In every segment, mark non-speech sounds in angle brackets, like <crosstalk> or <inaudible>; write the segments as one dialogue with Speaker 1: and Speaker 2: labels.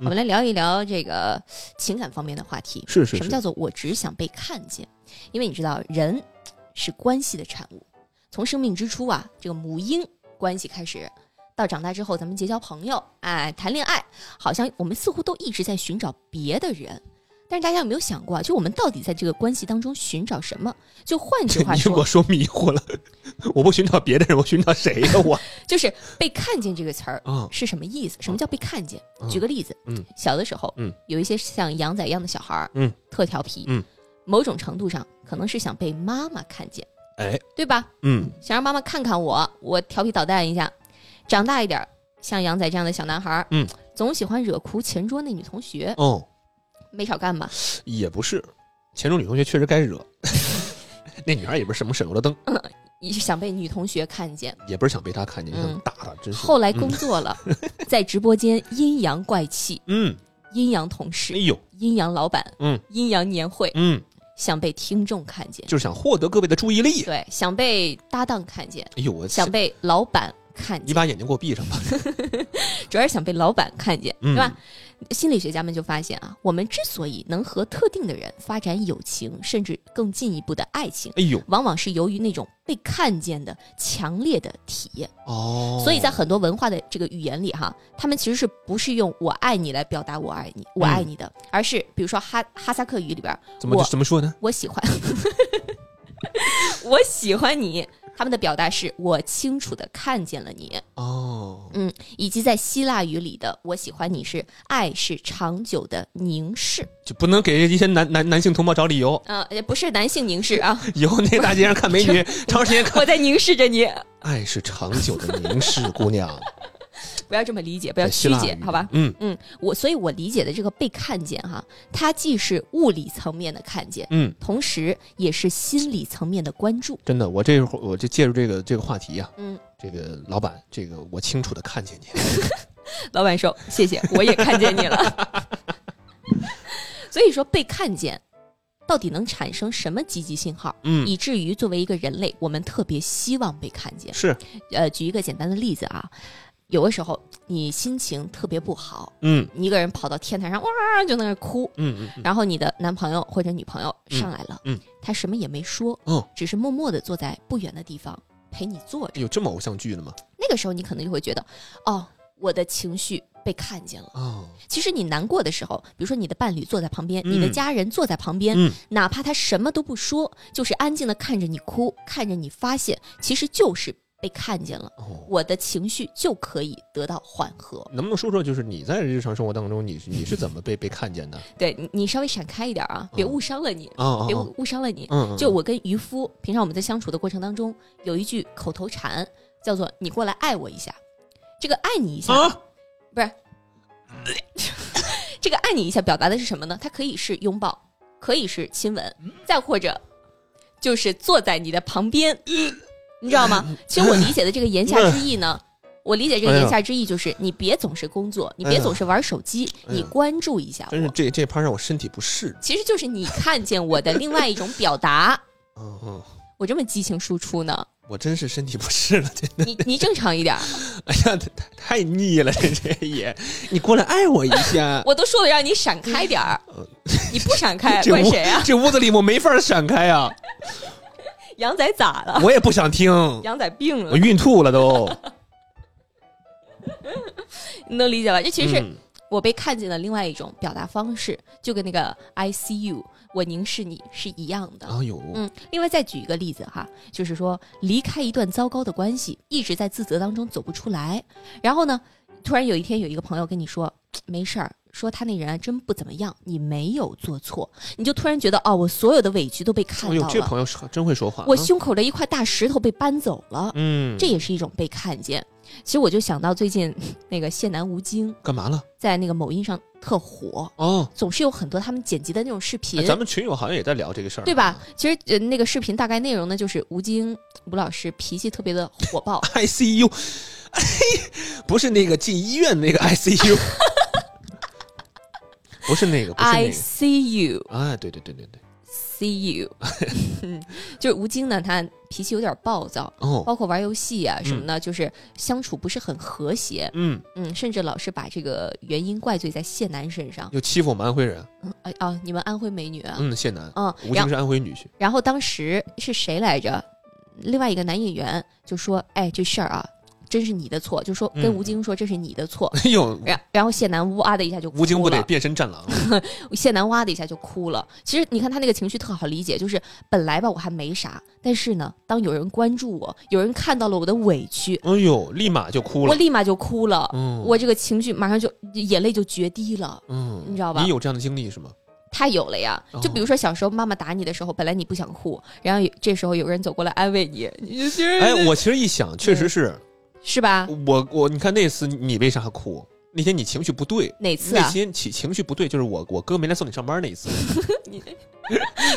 Speaker 1: 我们来聊一聊这个情感方面的话题。
Speaker 2: 是是
Speaker 1: 什么
Speaker 2: 是
Speaker 1: 叫，做我只想被看见？因为你知道，人是关系的产物。从生命之初啊，这个母婴关系开始，到长大之后，咱们结交朋友，哎，谈恋爱，好像我们似乎都一直在寻找别的人。但是大家有没有想过啊？就我们到底在这个关系当中寻找什么？就换句话
Speaker 2: <laughs> 你给我说
Speaker 1: 说，
Speaker 2: 迷糊了，我不寻找别的人，我寻找谁呀、 <laughs> 我
Speaker 1: 就是被看见这个词儿
Speaker 2: 啊
Speaker 1: 是什么意思？什么叫被看见？
Speaker 2: 嗯
Speaker 1: 举个例子，
Speaker 2: 嗯，
Speaker 1: 小的时候，
Speaker 2: 嗯，
Speaker 1: 有一些像羊仔一样的小孩儿，
Speaker 2: 嗯，
Speaker 1: 特调皮，
Speaker 2: 嗯，
Speaker 1: 某种程度上可能是想被妈妈看见，
Speaker 2: 哎，
Speaker 1: 对吧？
Speaker 2: 嗯，
Speaker 1: 想让妈妈看看我，我调皮捣蛋一下。长大一点儿，像羊仔这样的小男孩儿，
Speaker 2: 嗯，
Speaker 1: 总喜欢惹哭前桌那女同学，
Speaker 2: 哦，
Speaker 1: 没少干吧？
Speaker 2: 也不是，前中女同学确实该惹， <laughs> 那女孩也不是什么省油的灯，
Speaker 1: 一是想被女同学看见。
Speaker 2: 也不是想被她看见，想
Speaker 1: 嗯
Speaker 2: 打她，真是。
Speaker 1: 后来工作了，
Speaker 2: <laughs>
Speaker 1: 在直播间阴阳怪气、
Speaker 2: 嗯，
Speaker 1: 阴阳同
Speaker 2: 哎
Speaker 1: 事、
Speaker 2: 呦，
Speaker 1: 阴阳老板、
Speaker 2: 嗯
Speaker 1: 阴阳年会，
Speaker 2: 嗯，
Speaker 1: 想被听众看见，
Speaker 2: 就是想获得各位的注意力。
Speaker 1: 对，想被搭档看见，
Speaker 2: 哎呦，我
Speaker 1: 想被老板看
Speaker 2: 你
Speaker 1: 见，
Speaker 2: 把眼睛给我闭上吧。
Speaker 1: 主要是想被老板看见，
Speaker 2: 嗯
Speaker 1: 对吧？心理学家们就发现啊，我们之所以能和特定的人发展友情，甚至更进一步的爱情，
Speaker 2: 哎
Speaker 1: <laughs>
Speaker 2: 呦，
Speaker 1: 往往是由于那种被看见的强烈的体验。
Speaker 2: 哦，
Speaker 1: 所以在很多文化的这个语言里，哈，他们其实是不是用“我爱你”来表达“我爱你”，我爱你的，
Speaker 2: 嗯
Speaker 1: 而是比如说哈哈萨克语里边，
Speaker 2: 怎么
Speaker 1: 我
Speaker 2: 怎么说呢？
Speaker 1: 我喜欢， <laughs> 我喜欢你。他们的表达是我清楚的看见了你，
Speaker 2: 哦，
Speaker 1: 嗯，以及在希腊语里的“我喜欢你”是爱是长久的凝视，
Speaker 2: 就不能给一些男男男性同胞找理由。
Speaker 1: 呃，也不是男性凝视
Speaker 2: <laughs>
Speaker 1: 啊，
Speaker 2: 以后那大街上看美女，长时间看，
Speaker 1: 我在凝视着你，
Speaker 2: 爱是长久的凝视，姑娘，
Speaker 1: 不要这么理解，不 <laughs> 要
Speaker 2: 在希
Speaker 1: 曲
Speaker 2: 腊
Speaker 1: 解
Speaker 2: 语，
Speaker 1: 好吧？
Speaker 2: 嗯
Speaker 1: 嗯，我所以，我理解的这个被看见哈、它既是物理层面的看见，
Speaker 2: 嗯，
Speaker 1: 同时也是心理层面的关注。
Speaker 2: 真的，我这会儿我就借助这个这个话题呀、
Speaker 1: 嗯，
Speaker 2: 这个老板，这个我清楚的看
Speaker 1: <laughs>
Speaker 2: 见你，
Speaker 1: 老板说：“谢谢，我也看见你了。” <laughs> 所以说，被看见到底能产生什么积极信号，
Speaker 2: 嗯，
Speaker 1: 以至于作为一个人类，我们特别希望被看见。
Speaker 2: 是，
Speaker 1: 呃，举一个简单的例子啊，有的时候你心情特别不好，
Speaker 2: 嗯
Speaker 1: 你一个人跑到天台上哇就在那儿哭，
Speaker 2: 嗯嗯嗯，
Speaker 1: 然后你的男朋友或者女朋友上来了，
Speaker 2: 嗯嗯
Speaker 1: 他什么也没说，
Speaker 2: 哦
Speaker 1: 只是默默的坐在不远的地方陪你坐着。
Speaker 2: 有哎这么偶像剧了吗？
Speaker 1: 那个时候你可能就会觉得，哦，我的情绪被看见了。
Speaker 2: 哦，
Speaker 1: 其实你难过的时候，比如说你的伴侣坐在旁边，
Speaker 2: 嗯
Speaker 1: 你的家人坐在旁边，
Speaker 2: 嗯
Speaker 1: 哪怕他什么都不说，就是安静的看着你哭，看着你发泄，其实就是被看见了，
Speaker 2: 哦，
Speaker 1: 我的情绪就可以得到缓和。
Speaker 2: 能不能说说，就是你在日常生活当中，你是你是怎么被被看见的？
Speaker 1: 对你，你稍微闪开一点啊，别
Speaker 2: 嗯
Speaker 1: 误伤了你，
Speaker 2: <laughs> 啊啊
Speaker 1: 别误误伤了你。
Speaker 2: 嗯，
Speaker 1: 哎就我跟渔夫，平常我们在相处的过程当中，有一句口头禅叫做“你过来爱我一下”，这个“爱你一下”
Speaker 2: 啊，
Speaker 1: 不是，这个爱你一下表达的是什么呢？它可以是拥抱，可以是亲吻，再或者就是坐在你的旁边， <coughs> 你知道吗？其实我理解的这个言下之意呢，我理解这个言下之意就是你别总是工作，你别总是玩手机，
Speaker 2: 哎呀
Speaker 1: 你关注一下
Speaker 2: 真是
Speaker 1: 我。
Speaker 2: 这这趴让我身体不适。
Speaker 1: 其实就是你看见我的另外一种表达。
Speaker 2: 嗯嗯，
Speaker 1: 我这么激情输出呢，
Speaker 2: 我真是身体不适了，这
Speaker 1: 你你正常
Speaker 2: <laughs>
Speaker 1: 一点儿，
Speaker 2: 哎呀，太太腻了，这这也，你过来爱我一下。
Speaker 1: 我都说了让你闪开点儿，
Speaker 2: <laughs>
Speaker 1: 你不闪开
Speaker 2: 呃这
Speaker 1: 怪
Speaker 2: 屋
Speaker 1: 谁啊？ <laughs>
Speaker 2: 这屋子里我没法闪开啊，
Speaker 1: 杨仔咋了？
Speaker 2: 我也不想
Speaker 1: <laughs>
Speaker 2: 听，
Speaker 1: 杨仔病了
Speaker 2: 我，孕吐了
Speaker 1: <laughs>
Speaker 2: 都。
Speaker 1: 你能理解吧？这其实是
Speaker 2: 嗯
Speaker 1: 我被看见的另外一种表达方式，就跟那个 I see you，我凝视你是一样的。
Speaker 2: 哎呦，
Speaker 1: 嗯，另外再举一个例子哈，就是说离开一段糟糕的关系，一直在自责当中走不出来，然后呢，突然有一天有一个朋友跟你说，没事儿，说他那人啊真不怎么样，你没有做错，你就突然觉得哦，我所有的委屈都被看
Speaker 2: 哎呦
Speaker 1: 到，
Speaker 2: 这
Speaker 1: 了，
Speaker 2: 朋友是真会说话。
Speaker 1: 我
Speaker 2: 啊
Speaker 1: 胸口的一块大石头被搬走了，
Speaker 2: 嗯，
Speaker 1: 这也是一种被看见。其实我就想到最近那个谢楠吴京
Speaker 2: 干嘛了？
Speaker 1: 在那个某音上特火，
Speaker 2: 哦，
Speaker 1: 总是有很多他们剪辑的那种视频
Speaker 2: 哎，咱们群友好像也在聊这个事儿，，
Speaker 1: 对吧？其实呃，那个视频大概内容呢，就是吴京吴老师脾气特别的火爆
Speaker 2: ？ICU，哎，不是那个进医院那个
Speaker 1: <laughs>
Speaker 2: ICU，不是 <laughs> 那个，不是
Speaker 1: I
Speaker 2: 那个。
Speaker 1: see you,
Speaker 2: 哎，对对对对对，
Speaker 1: see you，就是嗯吴京呢，他脾气有点暴躁，
Speaker 2: 哦，
Speaker 1: 包括玩游戏啊什么的，就是相处不是很和谐，
Speaker 2: 嗯，
Speaker 1: 嗯，甚至老是把这个原因怪罪在谢楠身上。
Speaker 2: 又欺负我们安徽人，
Speaker 1: 哎啊，你们安徽美女啊，
Speaker 2: 嗯，谢楠，
Speaker 1: 嗯，
Speaker 2: 吴
Speaker 1: 然
Speaker 2: 京
Speaker 1: 后
Speaker 2: 是安徽女婿，
Speaker 1: 然后当时是谁来着？另外一个男演员就说：“哎，这事儿啊，真是你的错。”就说跟
Speaker 2: 嗯
Speaker 1: 吴京说这是你的错。
Speaker 2: 哎呦， <laughs>
Speaker 1: 然然后谢楠哇啊的一下就哭了
Speaker 2: 吴京不得变身战狼？
Speaker 1: 谢楠啊哇的一下就哭了。其实你看他那个情绪特好理解，就是本来吧我还没啥，但是呢，当有人关注我，有人看到了我的委屈，
Speaker 2: 哎呦，立马就哭
Speaker 1: 我
Speaker 2: 了。
Speaker 1: 立马就哭了，
Speaker 2: 嗯，
Speaker 1: 我这个情绪马上就眼泪就决堤了。
Speaker 2: 嗯，
Speaker 1: 你知道吧
Speaker 2: 你有这样的经历是吗？
Speaker 1: 太有了呀！
Speaker 2: 哦
Speaker 1: 就比如说小时候妈妈打你的时候，本来你不想哭，然后有这时候有人走过来安慰你，你就觉得、
Speaker 2: 哎，我其实一
Speaker 1: 嗯
Speaker 2: 想，确实是
Speaker 1: 是吧？
Speaker 2: 我我，你看那次你为啥哭？那天你情绪不对，
Speaker 1: 哪次
Speaker 2: 那
Speaker 1: 啊？
Speaker 2: 天情情绪不对，就是我我哥没来送你上班那一次。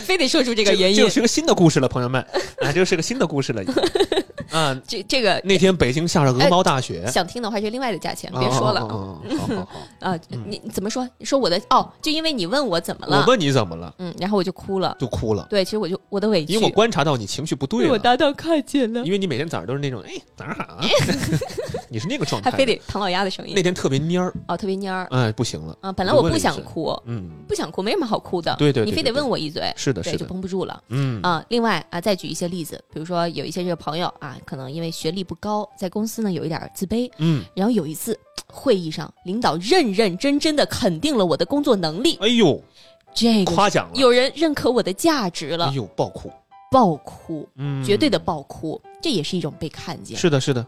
Speaker 1: 非得说出这
Speaker 2: 这
Speaker 1: 个原因
Speaker 2: 这个？是个新的故事了，朋友们啊，这个是个新的故事
Speaker 1: <laughs>
Speaker 2: 了。啊，
Speaker 1: 这这个
Speaker 2: 那天北京下着鹅毛大雪，
Speaker 1: 想听的话是另外的价钱，别说了啊
Speaker 2: 哦。哦哦哦好好好，嗯
Speaker 1: 你你怎么说？你说我的哦，就因为你问我怎么了
Speaker 2: 我，问你怎么了，
Speaker 1: 嗯，然后我就哭了。
Speaker 2: 就哭了，
Speaker 1: 对，其实我就我的委屈，
Speaker 2: 因为我观察到你情绪不对
Speaker 1: 被我
Speaker 2: 了，
Speaker 1: 搭档看见了，
Speaker 2: 因为你每天早上都是那种哎早上好啊， <laughs> 你是那个状态的。
Speaker 1: 还非得唐老鸭的声音
Speaker 2: 那，天特别蔫儿，
Speaker 1: 哦，特别蔫儿
Speaker 2: 哎，不行了，
Speaker 1: 啊。本来
Speaker 2: 我
Speaker 1: 我
Speaker 2: 问
Speaker 1: 不
Speaker 2: 了一
Speaker 1: 想
Speaker 2: 声
Speaker 1: 哭，
Speaker 2: 嗯，
Speaker 1: 不想哭，没什么好哭的。
Speaker 2: 对对对
Speaker 1: 你非
Speaker 2: 对
Speaker 1: 得
Speaker 2: 对
Speaker 1: 问我一嘴，
Speaker 2: 是的，
Speaker 1: 对，
Speaker 2: 是
Speaker 1: 就
Speaker 2: 的，
Speaker 1: 绷不住了。
Speaker 2: 嗯，
Speaker 1: 啊，另外啊，再举一些例子，比如说有一些这个朋友啊，可能因为学历不高，在公司呢有一点儿自卑，
Speaker 2: 嗯，
Speaker 1: 然后有一次会议上，领导认认真真的肯定了我的工作能力，
Speaker 2: 哎呦，
Speaker 1: 这个
Speaker 2: 夸奖了，
Speaker 1: 有人认可我的价值
Speaker 2: 哎
Speaker 1: 了，
Speaker 2: 呦，爆哭，
Speaker 1: 爆哭，
Speaker 2: 嗯，
Speaker 1: 绝对的爆哭，这也是一种被看见。
Speaker 2: 是的，是的，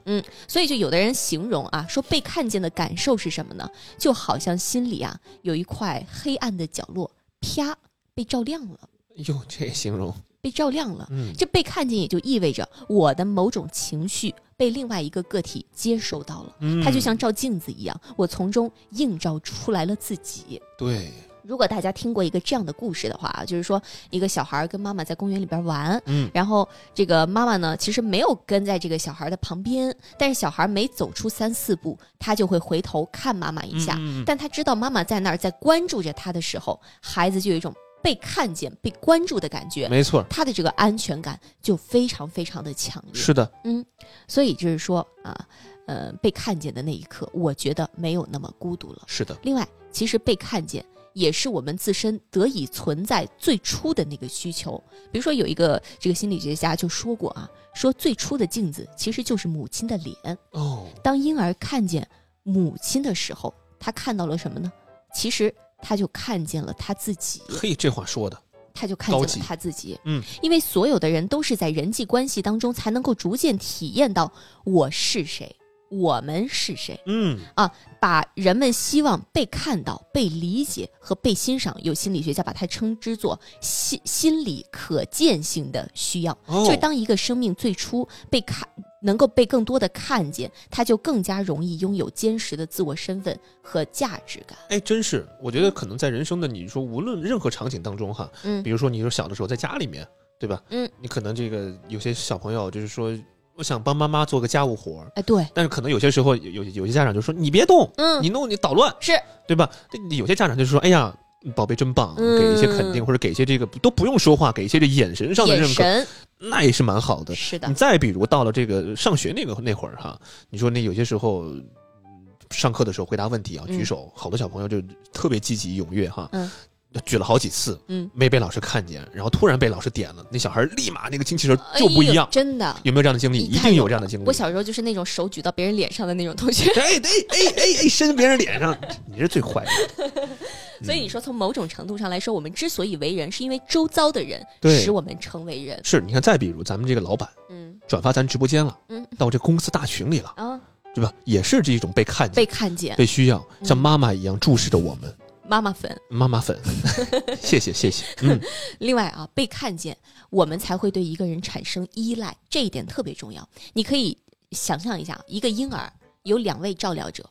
Speaker 1: 所以就有的人形容啊，说被看见的感受是什么呢？就好像心里啊有一块黑暗的角落，啪被照亮了，
Speaker 2: 哎呦，这也形容，
Speaker 1: 被照亮了。
Speaker 2: 嗯，
Speaker 1: 这被看见也就意味着我的某种情绪被另外一个个体接收到了，
Speaker 2: 嗯
Speaker 1: 它就像照镜子一样，我从中映照出来了自己。
Speaker 2: 嗯对，
Speaker 1: 如果大家听过一个这样的故事的话啊，就是说一个小孩儿跟妈妈在公园里边玩，
Speaker 2: 嗯，
Speaker 1: 然后这个妈妈呢，其实没有跟在这个小孩儿的旁边，但是小孩儿每走出三四步，他就会回头看妈妈一下。
Speaker 2: 嗯嗯嗯
Speaker 1: 但他知道妈妈在那儿在关注着他的时候，孩子就有一种被看见、被关注的感觉，
Speaker 2: 没错，
Speaker 1: 他的这个安全感就非常非常的强烈。
Speaker 2: 是的，
Speaker 1: 所以就是说啊，呃，被看见的那一刻，我觉得没有那么孤独了。
Speaker 2: 是的，
Speaker 1: 另外，其实被看见也是我们自身得以存在最初的那个需求。比如说，有一个这个心理学家就说过啊，说最初的镜子其实就是母亲的脸。
Speaker 2: 哦，
Speaker 1: 当婴儿看见母亲的时候，他看到了什么呢？其实他就看见了他自己，
Speaker 2: 嘿，这话说的，
Speaker 1: 他就看见
Speaker 2: 高
Speaker 1: 了
Speaker 2: 级
Speaker 1: 他自己。
Speaker 2: 嗯，
Speaker 1: 因为所有的人都是在人际关系当中才能够逐渐体验到我是谁，我们是谁。
Speaker 2: 嗯，
Speaker 1: 把人们希望被看到、被理解和被欣赏，有心理学家把它称之作心心理可见性的需要。
Speaker 2: 哦
Speaker 1: 就是当一个生命最初被看，能够被更多的看见，它就更加容易拥有坚实的自我身份和价值感。
Speaker 2: 哎，真是，我觉得可能在人生的你说无论任何场景当中哈，
Speaker 1: 嗯
Speaker 2: 比如说你说小的时候在家里面，对吧？
Speaker 1: 嗯，
Speaker 2: 你可能这个有些小朋友就是说，我想帮妈妈做个家务活儿，
Speaker 1: 哎，对，
Speaker 2: 但是可能有些时候有有有些家长就说你别动，
Speaker 1: 嗯，
Speaker 2: 你弄你捣乱，
Speaker 1: 是
Speaker 2: 对吧？那有些家长就说，哎呀。宝贝真棒，
Speaker 1: 嗯
Speaker 2: 给一些肯定，或者给一些这个都不用说话，给一些这眼神上的
Speaker 1: 眼
Speaker 2: 认可，
Speaker 1: 神
Speaker 2: 那也是蛮好的。
Speaker 1: 是的
Speaker 2: 你，再比如到了这个上学那个那会儿哈，你说那有些时候嗯上课的时候回答问题啊，
Speaker 1: 嗯
Speaker 2: 举手，好多小朋友就特别积极踊跃哈，
Speaker 1: 嗯
Speaker 2: 举了好几次，
Speaker 1: 嗯，
Speaker 2: 没被老师看见，然后突然被老师点了，那小孩立马那个精气神就不一样
Speaker 1: 哎呦，真的。
Speaker 2: 有没有这样的经历？
Speaker 1: 你
Speaker 2: 一
Speaker 1: 太
Speaker 2: 定有这样的经历。
Speaker 1: 我小时候就是那种手举到别人脸上的那种
Speaker 2: <laughs>
Speaker 1: 同学，
Speaker 2: 哎哎哎哎哎，伸别人脸上，你是最坏的。
Speaker 1: 所
Speaker 2: 嗯
Speaker 1: 以你说从某种程度上来说，我们之所以为人，是因为周遭的人
Speaker 2: 对
Speaker 1: 使我们成为人。
Speaker 2: 是，你看，再比如咱们这个老板
Speaker 1: 嗯
Speaker 2: 转发咱直播间了，
Speaker 1: 嗯
Speaker 2: 到这公司大群里了，
Speaker 1: 啊，
Speaker 2: 对吧？也是这种被看见
Speaker 1: 被、看见，
Speaker 2: 被需要，
Speaker 1: 嗯
Speaker 2: 像妈妈一样注视着我们。
Speaker 1: 妈妈粉。
Speaker 2: 妈妈
Speaker 1: <laughs>
Speaker 2: 粉，谢谢谢谢，嗯，
Speaker 1: 另外啊，被看见，我们才会对一个人产生依赖，这一点特别重要。你可以想象一下，一个婴儿有两位照料者，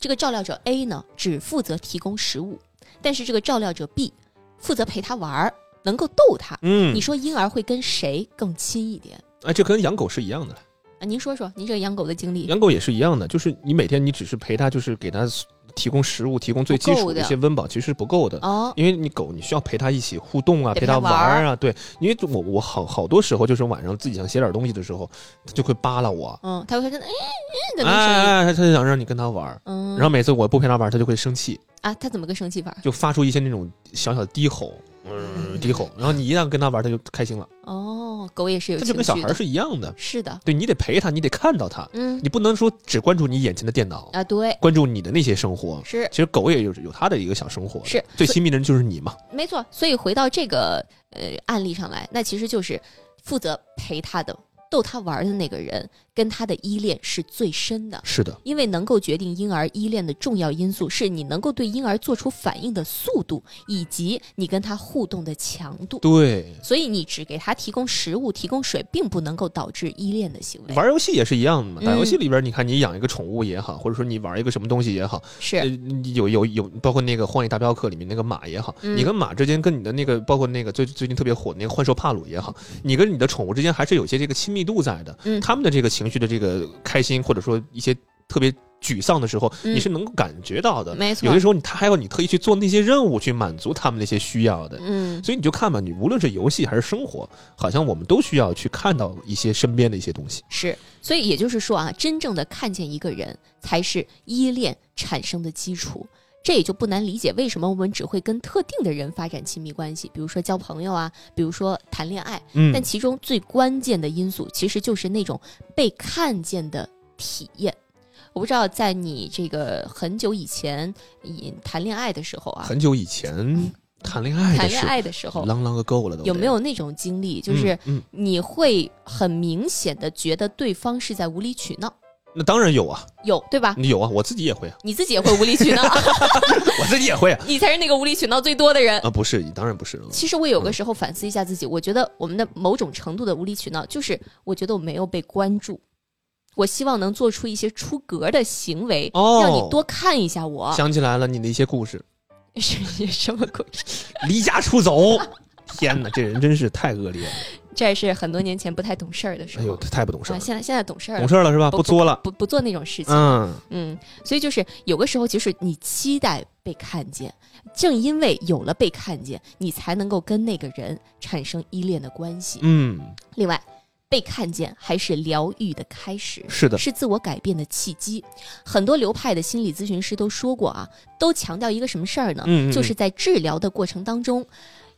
Speaker 1: 这个照料者 A 呢只负责提供食物，但是这个照料者 B 负责陪他玩儿，能够逗他。
Speaker 2: 嗯
Speaker 1: 你，说婴儿会跟谁更亲一点？
Speaker 2: 哎，这跟养狗是一样的，
Speaker 1: 啊，您说说您这个养狗的经历，
Speaker 2: 养狗也是一样的，就是你每天你只是陪它，就是给它提供食物，提供最基
Speaker 1: 不够
Speaker 2: 础
Speaker 1: 的
Speaker 2: 的一些温饱，其实是不够的。
Speaker 1: 哦，
Speaker 2: 因为你狗，你需要陪它一起互动啊，
Speaker 1: 陪
Speaker 2: 陪
Speaker 1: 它
Speaker 2: 它
Speaker 1: 玩
Speaker 2: 玩
Speaker 1: 儿
Speaker 2: 儿啊，对。因为我我好好多时候就是晚上自己想写点东西的时候，它就会扒拉我，
Speaker 1: 嗯，他会说，哎哎的
Speaker 2: 哎
Speaker 1: 那声音，
Speaker 2: 哎，哎它就想让你跟它玩儿。
Speaker 1: 嗯，
Speaker 2: 然后每次我不陪它玩儿，它就会生气，
Speaker 1: 啊，他怎么个生气法儿？
Speaker 2: 就发出一些那种小小的低吼，
Speaker 1: <laughs>
Speaker 2: 嗯，低吼。然后你一旦跟它玩儿，它就开心了。
Speaker 1: 哦，狗也是有
Speaker 2: 这
Speaker 1: 情
Speaker 2: 就
Speaker 1: 绪
Speaker 2: 跟
Speaker 1: 的，
Speaker 2: 小孩儿是一样的，
Speaker 1: 是的，
Speaker 2: 对你得陪它，你得看到它，
Speaker 1: 嗯
Speaker 2: 你不能说只关注你眼前的电脑，
Speaker 1: 啊，对，
Speaker 2: 关注你的那些生活。
Speaker 1: 是
Speaker 2: 其实狗也有有它的一个小生活的，
Speaker 1: 是
Speaker 2: 最亲密的人就是你嘛。
Speaker 1: 没错，所以回到这个呃案例上来，那其实就是负责陪他的、逗他玩儿的那个人，跟他的依恋是最深的，
Speaker 2: 是的，
Speaker 1: 因为能够决定婴儿依恋的重要因素是你能够对婴儿做出反应的速度，以及你跟他互动的强度。
Speaker 2: 对，
Speaker 1: 所以你只给他提供食物、提供水，并不能够导致依恋的行为。
Speaker 2: 玩游戏也是一样的嘛。
Speaker 1: 嗯
Speaker 2: 打游戏里边，你看你养一个宠物也好，或者说你玩一个什么东西也好，呃
Speaker 1: 是，
Speaker 2: 有有有，包括那个《荒野大镖客》里面那个马也好，
Speaker 1: 嗯
Speaker 2: 你跟马之间，跟你的那个，包括那个最最近特别火的那个幻兽帕鲁也好，你跟你的宠物之间还是有些这个亲密度在的。
Speaker 1: 嗯
Speaker 2: 他们的这个情绪的这个开心，或者说一些特别沮丧的时候，
Speaker 1: 嗯
Speaker 2: 你是能够感觉到的。
Speaker 1: 没错
Speaker 2: 有些时候你他还要你特意去做那些任务去满足他们那些需要的。
Speaker 1: 嗯，
Speaker 2: 所以你就看吧，你无论是游戏还是生活，好像我们都需要去看到一些身边的一些东西。
Speaker 1: 是。所以也就是说啊，真正的看见一个人，才是依恋产生的基础。这也就不难理解为什么我们只会跟特定的人发展亲密关系，比如说交朋友啊，比如说谈恋爱。
Speaker 2: 嗯
Speaker 1: 但其中最关键的因素，其实就是那种被看见的体验。我不知道在你这个很久以前你谈恋爱的时候啊，
Speaker 2: 很久以前谈恋爱
Speaker 1: 谈
Speaker 2: 的
Speaker 1: 恋
Speaker 2: 时候
Speaker 1: 爱的时候
Speaker 2: ，long long ago 了都得，
Speaker 1: 有没有那种经历，就
Speaker 2: 嗯
Speaker 1: 是
Speaker 2: 嗯
Speaker 1: 你会很明显的觉得对方是在无理取闹，
Speaker 2: 那当然有啊，
Speaker 1: 有对吧？
Speaker 2: 你有啊，我自己也会啊，
Speaker 1: 你自己也会无
Speaker 2: <laughs>
Speaker 1: 理取闹，
Speaker 2: 我自己也
Speaker 1: <laughs>
Speaker 2: 会啊。
Speaker 1: 你才是那个无理取闹最多的人。
Speaker 2: 啊，不是，当然不是了。
Speaker 1: 其实我有个时候反思一下自己，我觉得我们的某种程度的无理取闹，就是我觉得我没有被关注。我希望能做出一些出格的行为，
Speaker 2: 哦
Speaker 1: 让你多看一下我。
Speaker 2: 想起来了，你的一些故事，
Speaker 1: <laughs> 是什么鬼？
Speaker 2: 离家出
Speaker 1: <laughs>
Speaker 2: 走。天哪，这人真是太恶劣了！
Speaker 1: 这也是很多年前不太懂事儿的时
Speaker 2: 哎
Speaker 1: 候
Speaker 2: 呦，太不懂事儿
Speaker 1: 啊，
Speaker 2: 了，
Speaker 1: 现在现在懂事儿
Speaker 2: 懂
Speaker 1: 了，
Speaker 2: 事儿了是吧？
Speaker 1: 不
Speaker 2: 不作了。
Speaker 1: 不不做那种事情。
Speaker 2: 嗯，
Speaker 1: 嗯，所以就是有个时候，就是你期待被看见，正因为有了被看见，你才能够跟那个人产生依恋的关系。
Speaker 2: 嗯，
Speaker 1: 另外，被看见还是疗愈的开始，
Speaker 2: 是的，
Speaker 1: 是自我改变的契机。很多流派的心理咨询师都说过啊，都强调一个什么事儿呢？
Speaker 2: 嗯嗯嗯
Speaker 1: 就是在治疗的过程当中，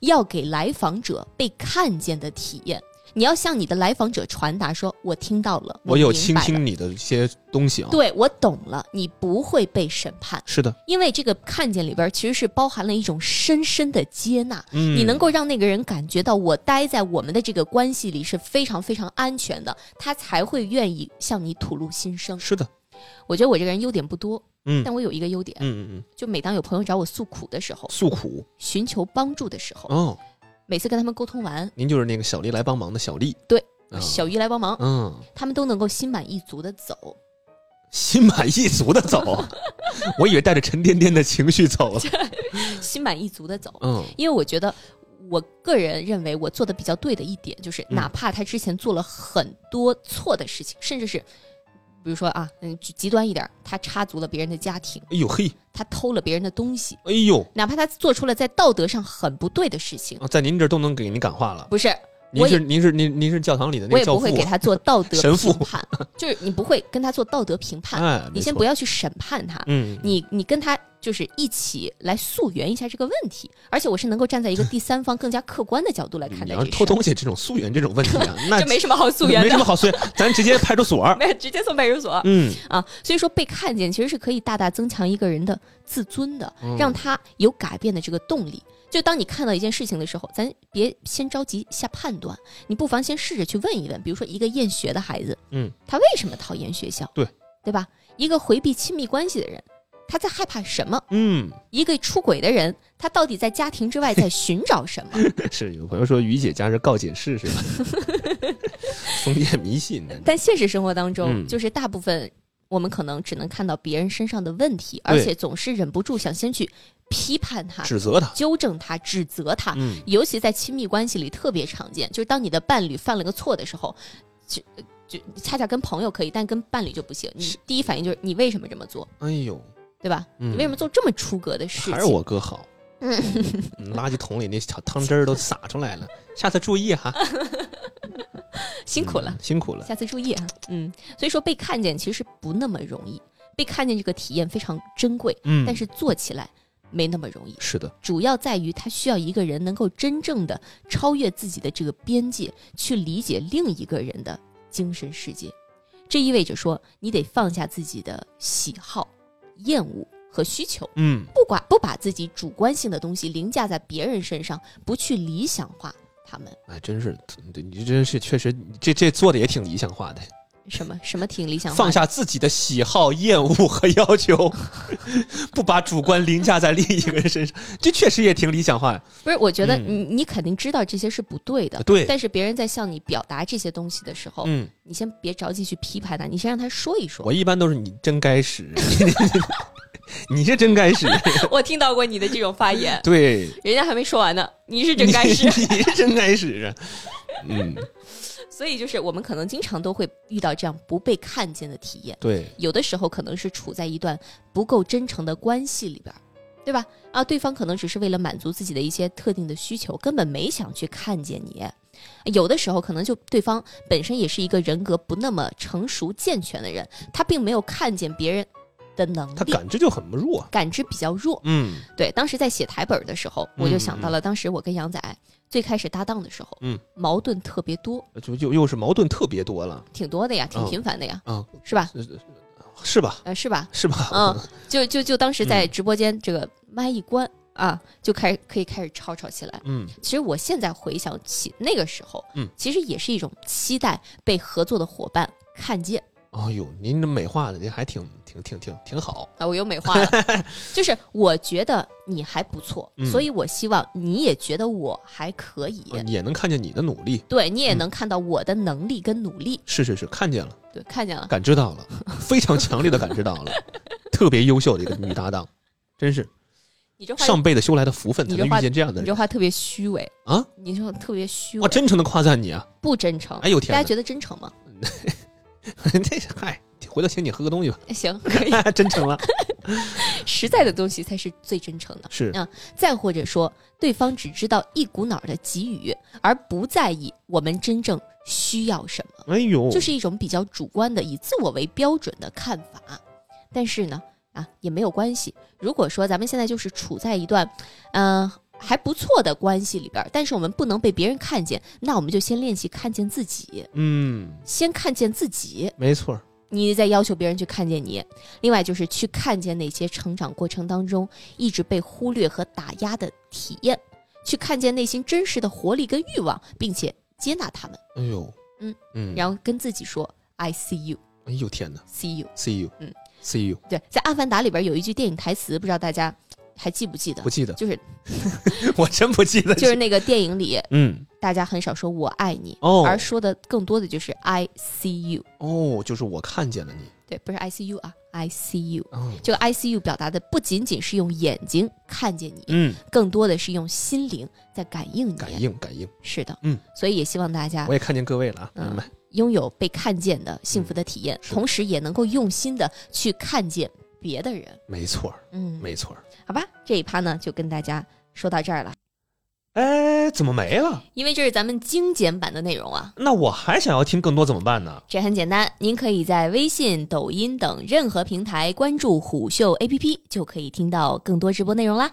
Speaker 1: 要给来访者被看见的体验。你要向你的来访者传达说，我听到了，
Speaker 2: 我有倾
Speaker 1: 明白了
Speaker 2: 听你的一些东西啊。，
Speaker 1: 对我懂了，你不会被审判，
Speaker 2: 是的，
Speaker 1: 因为这个看见里边其实是包含了一种深深的接纳。
Speaker 2: 嗯，
Speaker 1: 你能够让那个人感觉到我待在我们的这个关系里是非常非常安全的，他才会愿意向你吐露心声。
Speaker 2: 是的，
Speaker 1: 我觉得我这个人优点不多，
Speaker 2: 嗯
Speaker 1: 但我有一个优点，
Speaker 2: 嗯嗯嗯，
Speaker 1: 就每当有朋友找我诉苦的时候，
Speaker 2: 诉苦
Speaker 1: 寻求帮助的时候，
Speaker 2: 哦，
Speaker 1: 每次跟他们沟通完，
Speaker 2: 您就是那个小丽来帮忙的小丽。
Speaker 1: 对
Speaker 2: 啊，
Speaker 1: 小鱼来帮忙，
Speaker 2: 嗯，
Speaker 1: 他们都能够心满意足的走。
Speaker 2: 心满意足的
Speaker 1: <laughs>
Speaker 2: 走，我以为带着沉甸甸的情绪走了。
Speaker 1: 心满意足的走，
Speaker 2: 嗯，
Speaker 1: 因为我觉得。我个人认为，我做的比较对的一点就是，
Speaker 2: 嗯
Speaker 1: 哪怕他之前做了很多错的事情，甚至是，比如说啊，嗯，举极端一点，他插足了别人的家庭，
Speaker 2: 哎呦嘿，
Speaker 1: 他偷了别人的东西，
Speaker 2: 哎呦
Speaker 1: 哪怕他做出了在道德上很不对的事情，
Speaker 2: 啊，在您这儿都能给您感化了。
Speaker 1: 不是，我
Speaker 2: 您
Speaker 1: 也
Speaker 2: 是您是您您是教堂里的
Speaker 1: 我
Speaker 2: 那个
Speaker 1: 也
Speaker 2: 教
Speaker 1: 不
Speaker 2: 父
Speaker 1: 会给
Speaker 2: 啊，
Speaker 1: 他做道德
Speaker 2: 神父
Speaker 1: 评判，就是你不会跟他做道德评判，
Speaker 2: 哎，没
Speaker 1: 你先
Speaker 2: 错
Speaker 1: 不要去审判他，
Speaker 2: 嗯，
Speaker 1: 你你跟他就是一起来溯源一下这个问题，而且我是能够站在一个第三方更加客观的角度来看
Speaker 2: 你
Speaker 1: 待
Speaker 2: 要是
Speaker 1: 这个
Speaker 2: 偷
Speaker 1: 事儿，
Speaker 2: 东西这种溯源这种问题
Speaker 1: <laughs>
Speaker 2: 啊，那
Speaker 1: 这没什么好溯源
Speaker 2: 没什么
Speaker 1: 的，
Speaker 2: 好溯源，咱直接派出所儿。
Speaker 1: <laughs> 没直接送派出所
Speaker 2: 嗯，
Speaker 1: 啊。所以说被看见其实是可以大大增强一个人的自尊的，
Speaker 2: 嗯
Speaker 1: 让他有改变的这个动力。就当你看到一件事情的时候，咱别先着急下判断，你不妨先试着去问一问，比如说一个厌学的孩子，
Speaker 2: 嗯，
Speaker 1: 他为什么讨厌学校？
Speaker 2: 对，
Speaker 1: 对吧？一个回避亲密关系的人，他在害怕什么？
Speaker 2: 嗯，
Speaker 1: 一个出轨的人，他到底在家庭之外在寻找什么？
Speaker 2: 是有朋友说于姐家是告解室是吧？封建迷信
Speaker 1: <laughs>
Speaker 2: 的，
Speaker 1: 但现实生活当中，
Speaker 2: 嗯
Speaker 1: 就是大部分我们可能只能看到别人身上的问题，而且总是忍不住想先去批判他、
Speaker 2: 指责他。
Speaker 1: 纠正他、指责他。
Speaker 2: 嗯，
Speaker 1: 尤其在亲密关系里特别常见，就是当你的伴侣犯了个错的时候，就就恰恰跟朋友可以，但跟伴侣就不行。你
Speaker 2: 是
Speaker 1: 第一反应就是你为什么这么做，
Speaker 2: 哎呦，
Speaker 1: 对吧？
Speaker 2: 嗯
Speaker 1: 你为什么做这么出格的事情？
Speaker 2: 还是我哥好。嗯，垃圾桶里那小汤汁儿都洒出来了，下次注意哈。
Speaker 1: 辛苦了
Speaker 2: 嗯，，辛苦了。
Speaker 1: 下次注意啊。嗯，所以说被看见其实不那么容易，被看见这个体验非常珍贵，
Speaker 2: 嗯，
Speaker 1: 但是做起来没那么容易。
Speaker 2: 是的，
Speaker 1: 主要在于他需要一个人能够真正的超越自己的这个边界，去理解另一个人的精神世界。这意味着说，你得放下自己的喜好、厌恶和需求，
Speaker 2: 嗯，
Speaker 1: 不管不把自己主观性的东西凌驾在别人身上，不去理想化他们。
Speaker 2: 哎，真是，对你真是确实，这这做的也挺理想化的，
Speaker 1: 什么什么挺理想化的，
Speaker 2: 放下自己的喜好、厌恶和要求， <laughs> 不把主观凌驾在另一个人身上，这确实也挺理想化的。
Speaker 1: 不是？我觉得
Speaker 2: 嗯
Speaker 1: 你、你肯定知道这些是不对的，
Speaker 2: 对
Speaker 1: 但是别人在向你表达这些东西的时候，
Speaker 2: 嗯，
Speaker 1: 你先别着急去批判他，你先让他说一说
Speaker 2: 我。一般都是你真该死， <laughs> 你是真该死，
Speaker 1: <laughs> 我听到过你的这种发
Speaker 2: <laughs>
Speaker 1: 言，
Speaker 2: 对，
Speaker 1: 人家还没说完呢，你是真
Speaker 2: <laughs>
Speaker 1: 该是。
Speaker 2: 你你是真该死，嗯，
Speaker 1: 所以就是我们可能经常都会遇到这样不被看见的体验，
Speaker 2: 对，
Speaker 1: 有的时候可能是处在一段不够真诚的关系里边儿，对吧？啊，对方可能只是为了满足自己的一些特定的需求，根本没想去看见你。有的时候可能就对方本身也是一个人格不那么成熟健全的人，他并没有看见别人的能
Speaker 2: 他
Speaker 1: 力，
Speaker 2: 感知就很不弱，
Speaker 1: 感知比较弱。
Speaker 2: 嗯
Speaker 1: 对，当时在写台本儿的时候，我就想到了当时我跟杨仔最开始搭档的时候，
Speaker 2: 嗯，
Speaker 1: 矛盾特别多，
Speaker 2: 就又又是矛盾特别多了，
Speaker 1: 挺多的呀，挺
Speaker 2: 哦
Speaker 1: 频繁的呀，
Speaker 2: 啊，
Speaker 1: 是吧？
Speaker 2: 是吧？
Speaker 1: 呃，
Speaker 2: <laughs>
Speaker 1: 是吧？
Speaker 2: 是吧？
Speaker 1: 嗯，就就就当时在
Speaker 2: 嗯
Speaker 1: 直播间这个麦一关啊，就开始可以开始吵吵起来。
Speaker 2: 嗯，
Speaker 1: 其实我现在回想起那个时候，
Speaker 2: 嗯，
Speaker 1: 其实也是一种期待被合作的伙伴看见
Speaker 2: 哎呦，您这美化的这还挺挺挺挺挺好，
Speaker 1: 啊，我又
Speaker 2: <laughs>
Speaker 1: 美化了，就是我觉得你还不错，
Speaker 2: 嗯哦
Speaker 1: 所以我希望你也觉得我还可以。
Speaker 2: 呃也能看见你的努力，
Speaker 1: 对你也
Speaker 2: 嗯
Speaker 1: 能看到我的能力跟努力，
Speaker 2: 是是是，看见了，
Speaker 1: 对，看见了。
Speaker 2: 感知到了， <laughs> 非常强烈的感知到了， <laughs> 特别优秀的一个女搭档，真是
Speaker 1: 你这话，
Speaker 2: 上辈子修来的福分才
Speaker 1: 你
Speaker 2: 能
Speaker 1: 这话
Speaker 2: 遇见这样的人
Speaker 1: 你这话特别虚伪
Speaker 2: 啊！
Speaker 1: 你这话特别虚
Speaker 2: 我
Speaker 1: 伪，
Speaker 2: 真诚的夸赞你啊！
Speaker 1: 不真诚。
Speaker 2: 哎呦天
Speaker 1: 哦大家
Speaker 2: 哪
Speaker 1: 觉得真诚吗？
Speaker 2: <laughs> 这嗨，回头请你喝个东西吧，
Speaker 1: 行，可以。
Speaker 2: <laughs> 真诚
Speaker 1: <laughs>
Speaker 2: 了，
Speaker 1: 实在的东西才是最真诚的。
Speaker 2: 是
Speaker 1: 再或者说，对方只知道一股脑的给予，而不在意我们真正需要什么，
Speaker 2: 哎呦，
Speaker 1: 嗯就是一种比较主观的以自我为标准的看法。但是呢，啊，也没有关系。如果说咱们现在就是处在一段，嗯、还不错的关系里边儿，但是我们不能被别人看见，那我们就先练习看见自己，
Speaker 2: 嗯，
Speaker 1: 先看见自己，
Speaker 2: 没错，
Speaker 1: 你在要求别人去看见你，另外就是去看见那些成长过程当中一直被忽略和打压的体验，去看见内心真实的活力跟欲望，并且接纳他们，
Speaker 2: 哎呦，
Speaker 1: 嗯
Speaker 2: 嗯，
Speaker 1: 然后跟自己说 “I see you,
Speaker 2: 哎呦天哪 E
Speaker 1: see you”。
Speaker 2: ，see you，
Speaker 1: 嗯
Speaker 2: ，see you，
Speaker 1: 对，在《阿凡达》里边有一句电影台词，不知道大家还记不记得
Speaker 2: 不？记得，
Speaker 1: 就是
Speaker 2: <laughs> 我真不记得，
Speaker 1: 就是那个电影里，
Speaker 2: 嗯，
Speaker 1: 大家很少说“我爱你”，
Speaker 2: 哦
Speaker 1: 而说的更多的就是 “I see you”。
Speaker 2: 哦，就是我看见了你，
Speaker 1: 对，不是 “I see you” 啊，“I see you”。
Speaker 2: 哦，
Speaker 1: 这个 “I see you” 表达的不仅仅是用眼睛看见你，
Speaker 2: 嗯，
Speaker 1: 更多的是用心灵在感应你。
Speaker 2: 感应感应，
Speaker 1: 是的，
Speaker 2: 嗯，
Speaker 1: 所以也希望大家
Speaker 2: 我也看见各位了啊，
Speaker 1: 嗯
Speaker 2: 明白，
Speaker 1: 拥有被看见的幸福的体验，
Speaker 2: 嗯是的
Speaker 1: 同时也能够用心的去看见别的人。
Speaker 2: 没错，
Speaker 1: 嗯，
Speaker 2: 没错，
Speaker 1: 好吧，这一趴呢就跟大家说到这儿了，
Speaker 2: 哎，怎么没了？
Speaker 1: 因为这是咱们精简版的内容啊。
Speaker 2: 那我还想要听更多怎么办呢？
Speaker 1: 这很简单，您可以在微信、抖音等任何平台关注虎嗅 APP，就可以听到更多直播内容啦。